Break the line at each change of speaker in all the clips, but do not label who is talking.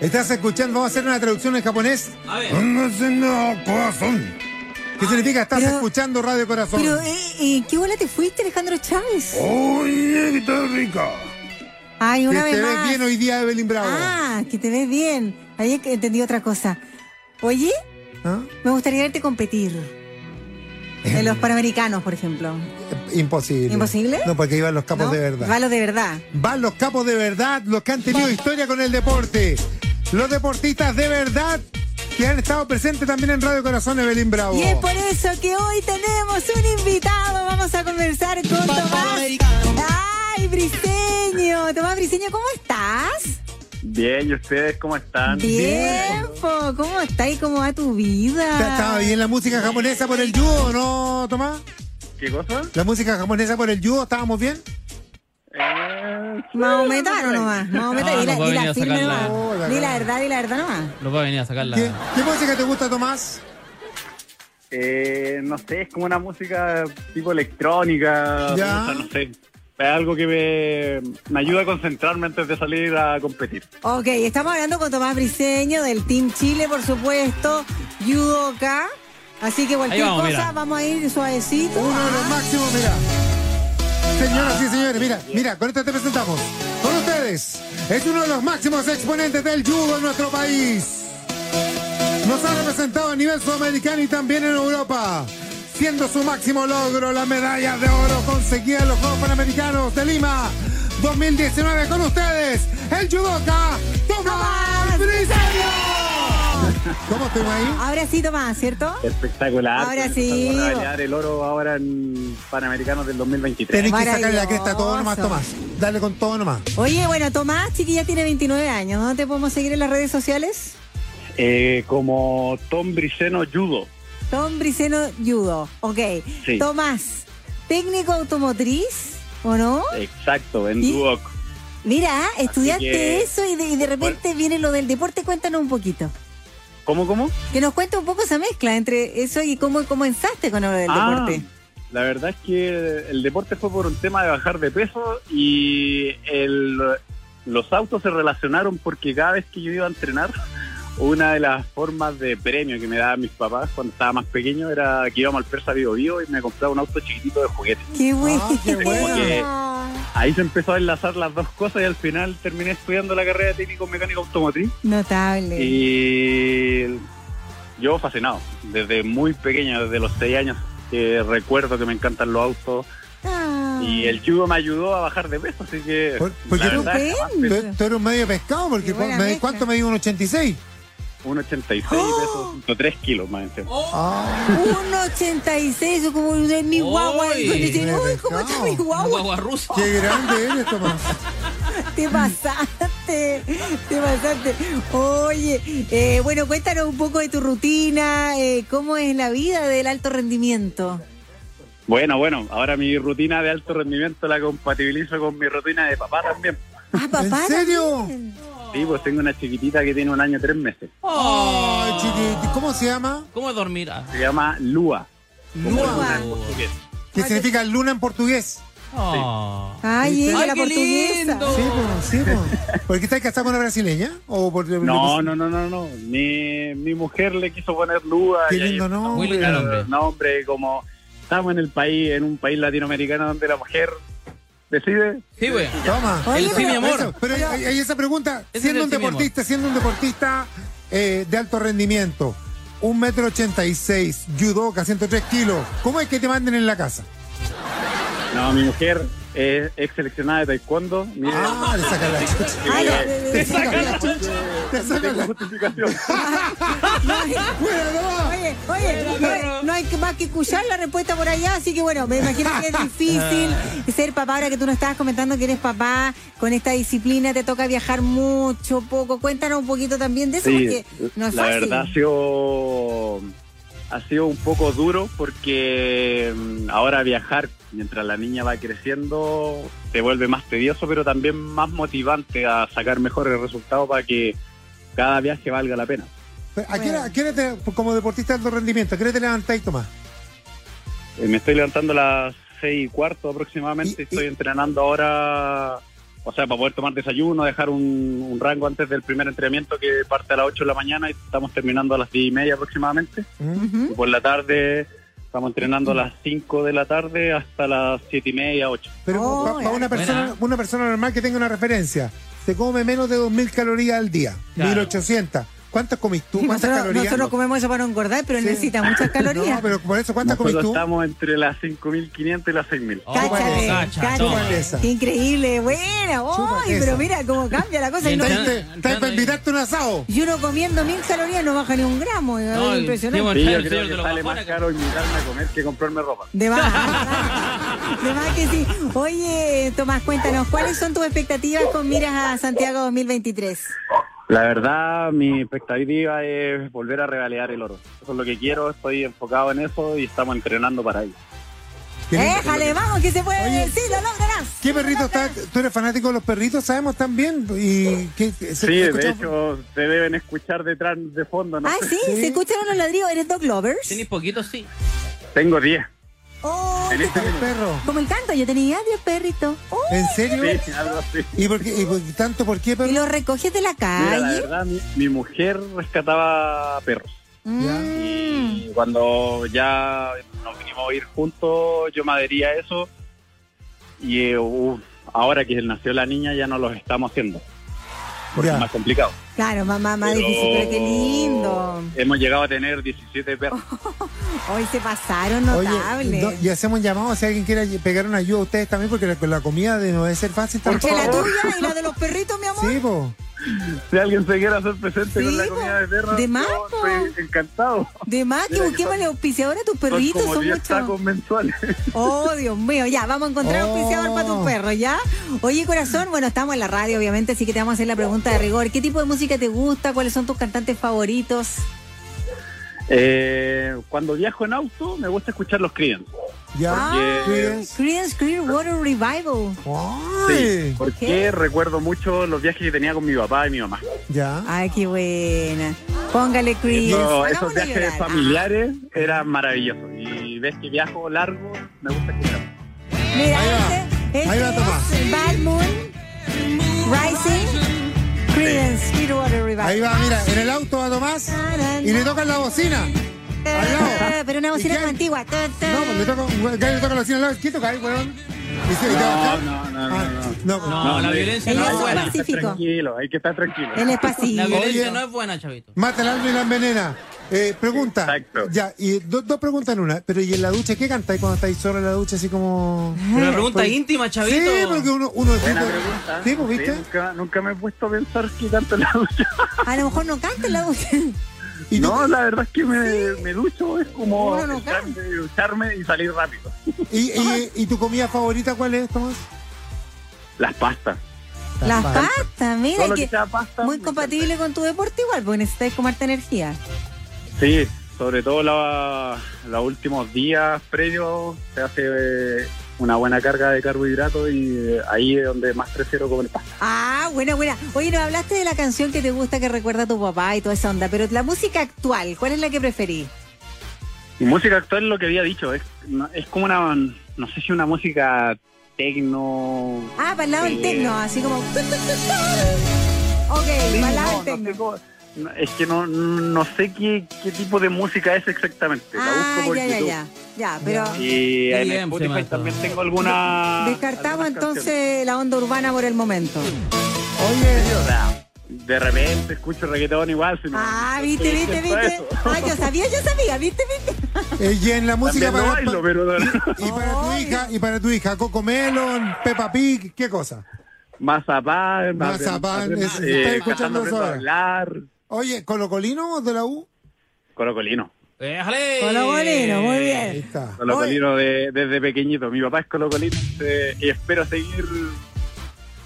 Estás escuchando, vamos a hacer una traducción en japonés.
A ver.
Corazón. ¿Qué significa? Estás
Pero-
escuchando Radio Corazón.
Pero, eh, eh, ¿qué bola te fuiste, Alejandro Chávez?
Oye, qué tal rica.
Ay,
Que
una vez
te ves
más.
bien hoy día, Evelyn Bravo.
ah, que te ves bien. Ahí entendí otra cosa. Oye,
¿Ah?
me gustaría verte competir. En los Panamericanos, por ejemplo.
Eh, Imposible.
¿Imposible?
No, porque iban los capos
¿No?
de verdad.
Valo de verdad.
Van los capos de verdad, los que han tenido historia con el deporte. Los deportistas de verdad que han estado presentes también en Radio Corazón, Evelyn Bravo.
Y es por eso que hoy tenemos un invitado. Vamos a conversar con Tomás. Ay, Briseño. Tomás Briseño, ¿cómo estás?
Bien, ¿y ustedes cómo están?
Tiempo. ¿Cómo estás y cómo va tu
¿Está- ¿Estaba
vida?
bien la música japonesa por el judo, o no, Tomás?
¿Qué cosa?
¿La música japonesa por el judo? ¿Estábamos bien?
Eh, sí,
Vamos a
no
meternos
sé.
nomás. Vamos a meter.
Ah,
Di la,
no puedo
di la
venir a
firme
sacarla.
nomás. Di la verdad, di la verdad nomás.
Lo va a venir a sacar la.
¿Qué, qué música te gusta, Tomás?
Eh, no sé, es como una música tipo
Ya.
electrónica. o sea, no sé. Es algo que me, me ayuda a concentrarme antes de salir a competir.
Ok, estamos hablando con Tomás Briseño del Team Chile, por supuesto, Yudoka. Así que cualquier
Ahí vamos,
cosa
mira.
vamos a ir suavecito.
Uno de los máximos, mira. Señoras y señores, mira, mira, con esto te presentamos. Con ustedes, es uno de los máximos exponentes del judo en nuestro país. Nos ha representado a nivel sudamericano y también en Europa. Siendo su máximo logro la medalla de oro conseguida en los Juegos Panamericanos de Lima 2019. Con ustedes, el judoka Tomás
Tomás
Briseño. ¿Cómo estuvimos ahí?
Ah, Ahora sí, Tomás, ¿cierto?
Espectacular.
Ahora sí.
Vamos a pelear el oro ahora en Panamericanos del 2023.
Tenés que sacarle la
Maravilloso.
cresta a todo nomás, Tomás. Dale con todo nomás.
Oye, bueno, Tomás, chiquilla, tiene 29 años. ¿Dónde te podemos seguir en las redes sociales?
Eh, como Tom Briceno Judo.
Tom Briseño Judo. Ok.
Sí.
Tomás, técnico automotriz, ¿o no?
Exacto, en
¿Y?
Duoc.
Mira, estudiaste
que-
eso y de, y de repente viene lo del deporte. Cuéntanos un poquito.
¿Cómo, cómo?
Que nos cuente un poco esa mezcla entre eso y cómo comenzaste con lo del
Ah,
deporte.
La verdad es que el deporte fue por un tema de bajar de peso y el- los autos se relacionaron porque cada vez que yo iba a entrenar, una de las formas de premio que me daban mis papás cuando estaba más pequeño era que íbamos al Persa Vivo Vivo y me compraba un auto chiquitito de juguete.
Qué bueno.
Ah, qué bueno.
Porque- Ahí se empezó a enlazar las dos cosas y al final terminé estudiando la carrera de técnico mecánico automotriz
Notable.
y yo fascinado, desde muy pequeño, desde los 6 años, que recuerdo que me encantan los autos.
Ah,
Y el judo me ayudó a bajar de peso, así que...
Por- porque
la
tú-
verdad, jamás
Estupendo.
pensé-
Tú, tú eres un medio pescado, porque
Qué buena
me-
mezcla.
¿cuánto me dio un 86?
Un 86
¡Oh!
pesos, 103 kilos más encima.
Ah,
1.86, o como de mi
Uy.
guagua. Y cuando dicen, Uy, ¿cómo está mi
Una
guagua?
Guagua rusa.
qué grande eres, Tomás.
Te pasaste, te pasaste. Oye, eh, bueno, cuéntanos un poco de tu rutina, eh, cómo es la vida del alto rendimiento.
Bueno, bueno, ahora mi rutina de alto rendimiento la compatibilizo con mi rutina de papá también.
Ah, papá.
¿En serio?
también.
Sí, pues tengo una chiquitita que tiene un año tres meses.
Ay, chiquiti, ¿Cómo se llama?
Oh. ¿Cómo dormir? Ah.
Se llama Lua. como
Lua.
luna en portugués.
¿Qué
Ay,
significa luna en portugués?
Oh.
Ay, ella,
Ay,
la
qué
portuguesa.
lindo.
Sí, pues, sí, pues. ¿Por qué estás casado con una brasileña? ¿O por,
No, no, no, no, no. Mi, mi mujer le quiso poner Lua.
Qué
y ahí
lindo
empezó
nombre.
Muy lindo
Claro,
nombre.
No, hombre, como estamos en el país, en un país latinoamericano donde la mujer decide.
Sí, güey.
Toma.
Oye,
El sí, mi amor.
Eso, pero hay, hay esa pregunta.
Ese
Siendo
es
un
el sí, mi amor.
deportista, siendo un deportista eh, de alto rendimiento, un metro ochenta y seis, judoka, 103 kilos, ¿cómo es que te manden en la casa?
No, mi mujer es, es seleccionada de taekwondo. mide-
Ah, le sacan la chucha.
Ay,
mide-
de- de-
Te
de-
sacan la chucha. Te sacan la
Tengo justificación.
Bueno, no.
Oye, oye, no hay- no hay que- más que escuchar la respuesta por allá, así que bueno, me imagino que es difícil ser papá, ahora que tú nos estabas comentando que eres papá, con esta disciplina te toca viajar mucho, poco, cuéntanos un poquito también de eso,
Sí,
porque no es
la
fácil.
verdad ha sido, ha sido un poco duro porque mm, ahora viajar mientras la niña va creciendo se vuelve más tedioso, pero también más motivante a sacar mejores resultados para que cada viaje valga la pena.
Pero, ¿A qué
Bueno.
hora- a qué hora te- como deportista de alto rendimiento, ¿a qué hora te levantáis, Tomás?
Eh, Me estoy levantando a las seis y cuarto aproximadamente
Y-
y estoy entrenando ahora o sea, para poder tomar desayuno, dejar un, un rango antes del primer entrenamiento que parte a las 8 de la mañana y estamos terminando a las 10 y media aproximadamente.
¿Mm?
Y por la tarde estamos entrenando a las 5 de la tarde hasta las 7 y media, 8.
Pero
Oh,
para
ya.
una persona, una persona normal que tenga una referencia, se come menos de 2.000 calorías al día,
Claro.
1.800. ¿Cuántas comís tú?
Sí,
¿Cuántas
nosotros,
calorías?
nosotros comemos eso para no engordar, pero
Sí.
necesita muchas calorías.
No, pero por eso, ¿cuántas comís
Nosotros
tú?
estamos entre las 5.500 y las 6.000.
Oh,
Cáchate,
cacha,
cáchate.
toma.
Chúpale esa.
Qué increíble, buena.
Chúpale
Ay,
esa.
pero mira cómo cambia la cosa.
Y
Y no-
entonces-
¿Estáis
Entrando-
estáis para
entrando-
invitarte a un asado?
y uno comiendo mil calorías no baja ni un gramo. es
No, el
impresionante.
tipo-
Sí,
Bueno,
yo
el señor
creo que
de los
sale más
bajones.
caro invitarme a comer que comprarme ropa.
De más. De más que sí. Oye, Tomás, cuéntanos, ¿cuáles son tus expectativas con miras a Santiago 2023?
La verdad, mi expectativa es volver a regalear el oro. Eso es lo que quiero, estoy enfocado en eso y estamos entrenando para ello.
Déjale, vamos, que se puede.
Oye.
sí, lo lograrás.
¿Qué perrito está? Tú eres fanático de los perritos, sabemos también. Y qué- se-
Sí, de
escuchamos-
hecho, te deben escuchar detrás de fondo, ¿no?
Ah, sí,
Sí.
se escuchan los ladrillos. ¿Eres dog lovers?
¿Tienes poquito? Sí.
Tengo 10.
Oh,
En este
El perro.
como el canto, yo tenía 10 perritos. Oh,
¿En serio?
Sí, algo así.
¿Y, por qué- y por- tanto por qué,
y
perro?
los recoges de la
Mira, la
calle.
verdad, mi, mi mujer rescataba perros.
Mm.
Y cuando ya nos vinimos a ir juntos, yo me adhería a eso. Y eh, uf, ahora que nació la niña, ya no los estamos haciendo. Porque
Ya.
es más complicado.
Claro, mamá, más
Pero
difícil, pero qué lindo. Oh.
Hemos llegado a tener 17 perros.
Hoy se pasaron
Oye,
notables.
no, y hacemos un llamado si alguien quiere pegar una ayuda a ustedes también, porque la, la comida de no debe ser fácil
Entre
tampoco.
la tuya y la de los perritos, mi amor.
Sí, po.
Si alguien se quiere hacer presente
Sí,
con la
po.
comida de perro,
De
yo
más, po.
estoy encantado.
De más que
Mira que
busquemos
son-
el auspiciador a tus
"Pues
perritos,
son como
son
10
muchos.
tacos mensuales.
Oh, Dios mío, ya, vamos a encontrar un auspiciador
Oh.
para tus perros, ¿ya? Oye, corazón, bueno, estamos en la radio, obviamente, así que te vamos a hacer la pregunta de rigor. ¿Qué tipo de música te gusta? ¿Cuáles son tus cantantes favoritos?
Eh, cuando viajo en auto, me gusta escuchar los Creedence.
Ya.
Ah,
Yes.
Creedence Clearwater Revival.
Ay.
Porque
qué?
recuerdo mucho los viajes que tenía con mi papá y mi mamá.
Ya.
Ay, qué buena. Póngale Creedence.
No,
Hagámosle
esos viajes
llorar.
familiares eran maravillosos. Y ves que viajo largo, me gusta escuchar.
Mira,
Ahí va.
este, este
Ahí va, Tomás.
es Bad Moon Rising Creedence Clearwater Revival.
Ahí va, mira, en el auto va Tomás y le tocan la bocina. lado.
Pero una bocina
¿Y qué?
como antigua. Ta, ta.
No, pues le toca, un gallo le toca la bocina al lado. ¿Qué toca ahí, weón? Y se- y te va a
No,
bajar.
no, no,
Ah,
no. no.
no,
No, la
no,
violencia
no.
no
Ellos
es
son
Hay
buena.
que estar
pacífico.
tranquilo, hay que estar tranquilo.
El espacillo.
La violencia
Oye.
no es buena, chavito.
Mata el alma y la envenena. Eh, pregunta.
Exacto.
Ya, y do- dos preguntas en una. Pero ¿y en la ducha qué cantáis cuando estáis solo en la ducha así como...?
Pero pregunta
pues,
Porque-
íntima, chavito.
Sí, porque uno, uno es
Buena
tipo-
pregunta.
tipo, pues, ¿viste?
Sí, nunca, nunca me he puesto a pensar que tanto la ducha.
A lo mejor no canta en la ducha.
Y tú-
No, la verdad es que me, me ducho, es como
Uno no
sentarme, ducharme y salir rápido.
y,
Ah.
y- y tu comida favorita cuál es, Tomás?
Las pastas.
Las pastas,
Todo
mira
lo que
que.
sea pasta.
Muy
me
compatible con tu deporte igual, pues porque necesitas comerte energía.
encanta. Sí, sobre todo la- los últimos días previos se hace eh, una buena carga de carbohidratos y eh, ahí es donde más prefiero comer pasta.
Ah, buena, buena. Oye, nos hablaste de la canción que te gusta, que recuerda a tu papá y toda esa onda, pero la música actual, ¿cuál es la que preferís?
Y música actual, lo que había dicho, es, no- es como una, no sé si una música tecno...
Ah, para el lado del
Sí.
tecno, así como. Ok, para el lado del
no, no sé
tecno.
cómo- no, es que no, no sé qué, qué tipo de música es exactamente. la
Ah,
busco por
ya, ya,
YouTube.
ya. Ya, pero.
Y en
EDM se llama
Spotify
esto.
también tengo alguna.
Descartamos
algunas canciones.
entonces la onda urbana por el momento.
Oye,
O sea, De repente escucho reggaetón igual. Si no,
Ah,
no
viste,
estoy
viste,
exento a
viste.
eso.
Ah, yo sabía, yo sabía, viste, viste.
eh, y en la música
También no
para,
bailo, pero
y para tu
Ay.
hija, y para tu hija, Coco Melon, Peppa Pig, ¿qué cosa?
Mazapán,
Mazapán,
aprendo-
eso,
eh,
estoy escuchando
cantando,
eso
aprendo a
ahora.
hablar,
Oye, ¿Colocolino de la U?
colocolino.
¡Déjale!
Colo Bolero, muy
Ahí
bien.
está.
Colocolino de- desde pequeñito. Mi papá es colocolino eh, y espero seguir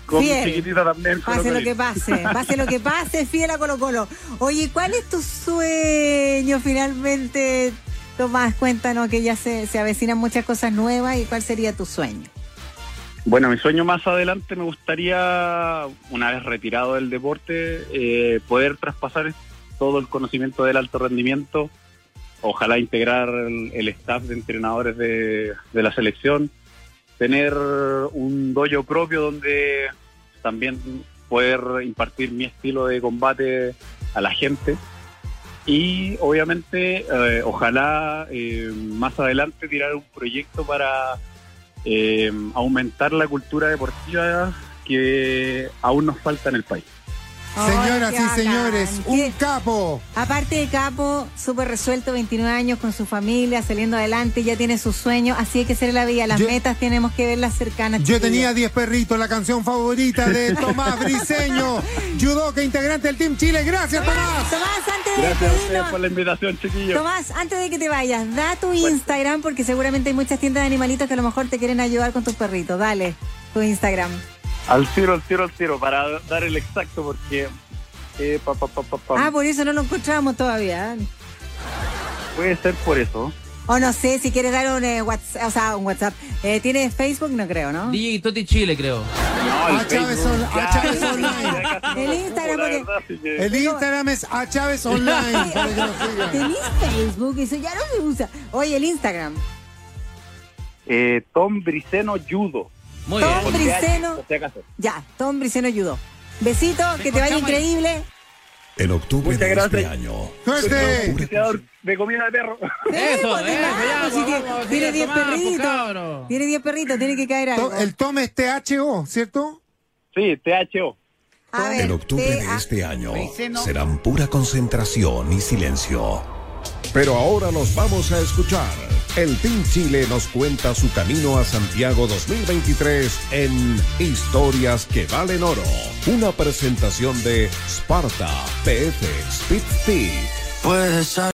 con mi
Fiel.
chiquitita también.
Pase lo
colocolino.
que pase, pase lo que pase, fiel a Colo Colo. Oye, ¿cuál es tu sueño finalmente? Tomás, cuéntanos que ya se, se avecinan muchas cosas nuevas y cuál sería tu sueño.
Bueno, mi sueño más adelante me gustaría, una vez retirado del deporte, eh, poder traspasar todo el conocimiento del alto rendimiento, ojalá integrar el, el staff de entrenadores de, de la selección, tener un dojo propio donde también poder impartir mi estilo de combate a la gente. Y obviamente, eh, ojalá eh, más adelante tirar un proyecto para eh, aumentar la cultura deportiva que aún nos falta en el país.
Ay,
Señoras
qué
y
bacán.
señores, un
Qué-
capo.
Aparte de Capo, súper resuelto, 29 años con su familia, saliendo adelante, ya tiene sus sueños, así hay que ser la vida. Las
Yo-
metas tenemos que verlas cercanas.
Yo
chiquillos.
tenía 10 perritos, la canción favorita de Tomás Briseño, judoka integrante del Team Chile. Gracias, Tomás.
Tomás, antes de
Gracias a ustedes
despedirnos-
por la invitación, chiquillos.
Tomás, antes de que te vayas, da tu
Bueno.
Instagram porque seguramente hay muchas tiendas de animalitos que a lo mejor te quieren ayudar con tus perritos. Dale, tu Instagram.
Al tiro, al tiro, al tiro, para dar el exacto, porque. eh, pa, pa, pa, pa, pa.
Ah, por eso no lo encontramos todavía. ¿eh?
Puede ser por eso.
O no sé, si quieres dar un eh, WhatsApp, o sea, un WhatsApp. Eh, ¿Tienes Facebook? No creo, ¿no?
DJ Toti Chile, creo.
No,
Ah,
A Chávez
Facebook,
on- a
ya,
Chávez
ya
online.
casi no
El
lo
Instagram,
ocupo, la
porque-
verdad, así que-
El Instagram es a Chávez Online. para que nos sigan.
¿Tenés Facebook? Eso ya no se usa. Oye, el Instagram.
Eh, Tom Briceno Judo.
Muy
Tom
bien.
Por
Briceno.
si hay- por si acaso.
Ya, Tom Briceno ayudó. Besito, que te vaya
encontramos ahí.
increíble.
En octubre
Muchas
de
gracias.
este año.
Suerte.
Auspiciador de comida de perro.
Eso,
Sí, pues,
eso, ya,
vamos,
pues,
si tiene-
vamos,
Tiene
sí,
10
Tomás, pues,
perritos.
cabro.
Tiene 10 perritos, tiene que caer algo.
To- El Tom es THO, ¿cierto?
Sí, THO.
A ver,
En octubre
te-
de
ah,
este año
Briseño.
serán pura concentración y silencio. Pero ahora nos vamos a escuchar. El Team Chile nos cuenta su camino a Santiago 2023 en Historias que valen oro. Una presentación de Sparta, PF, Speed Fit.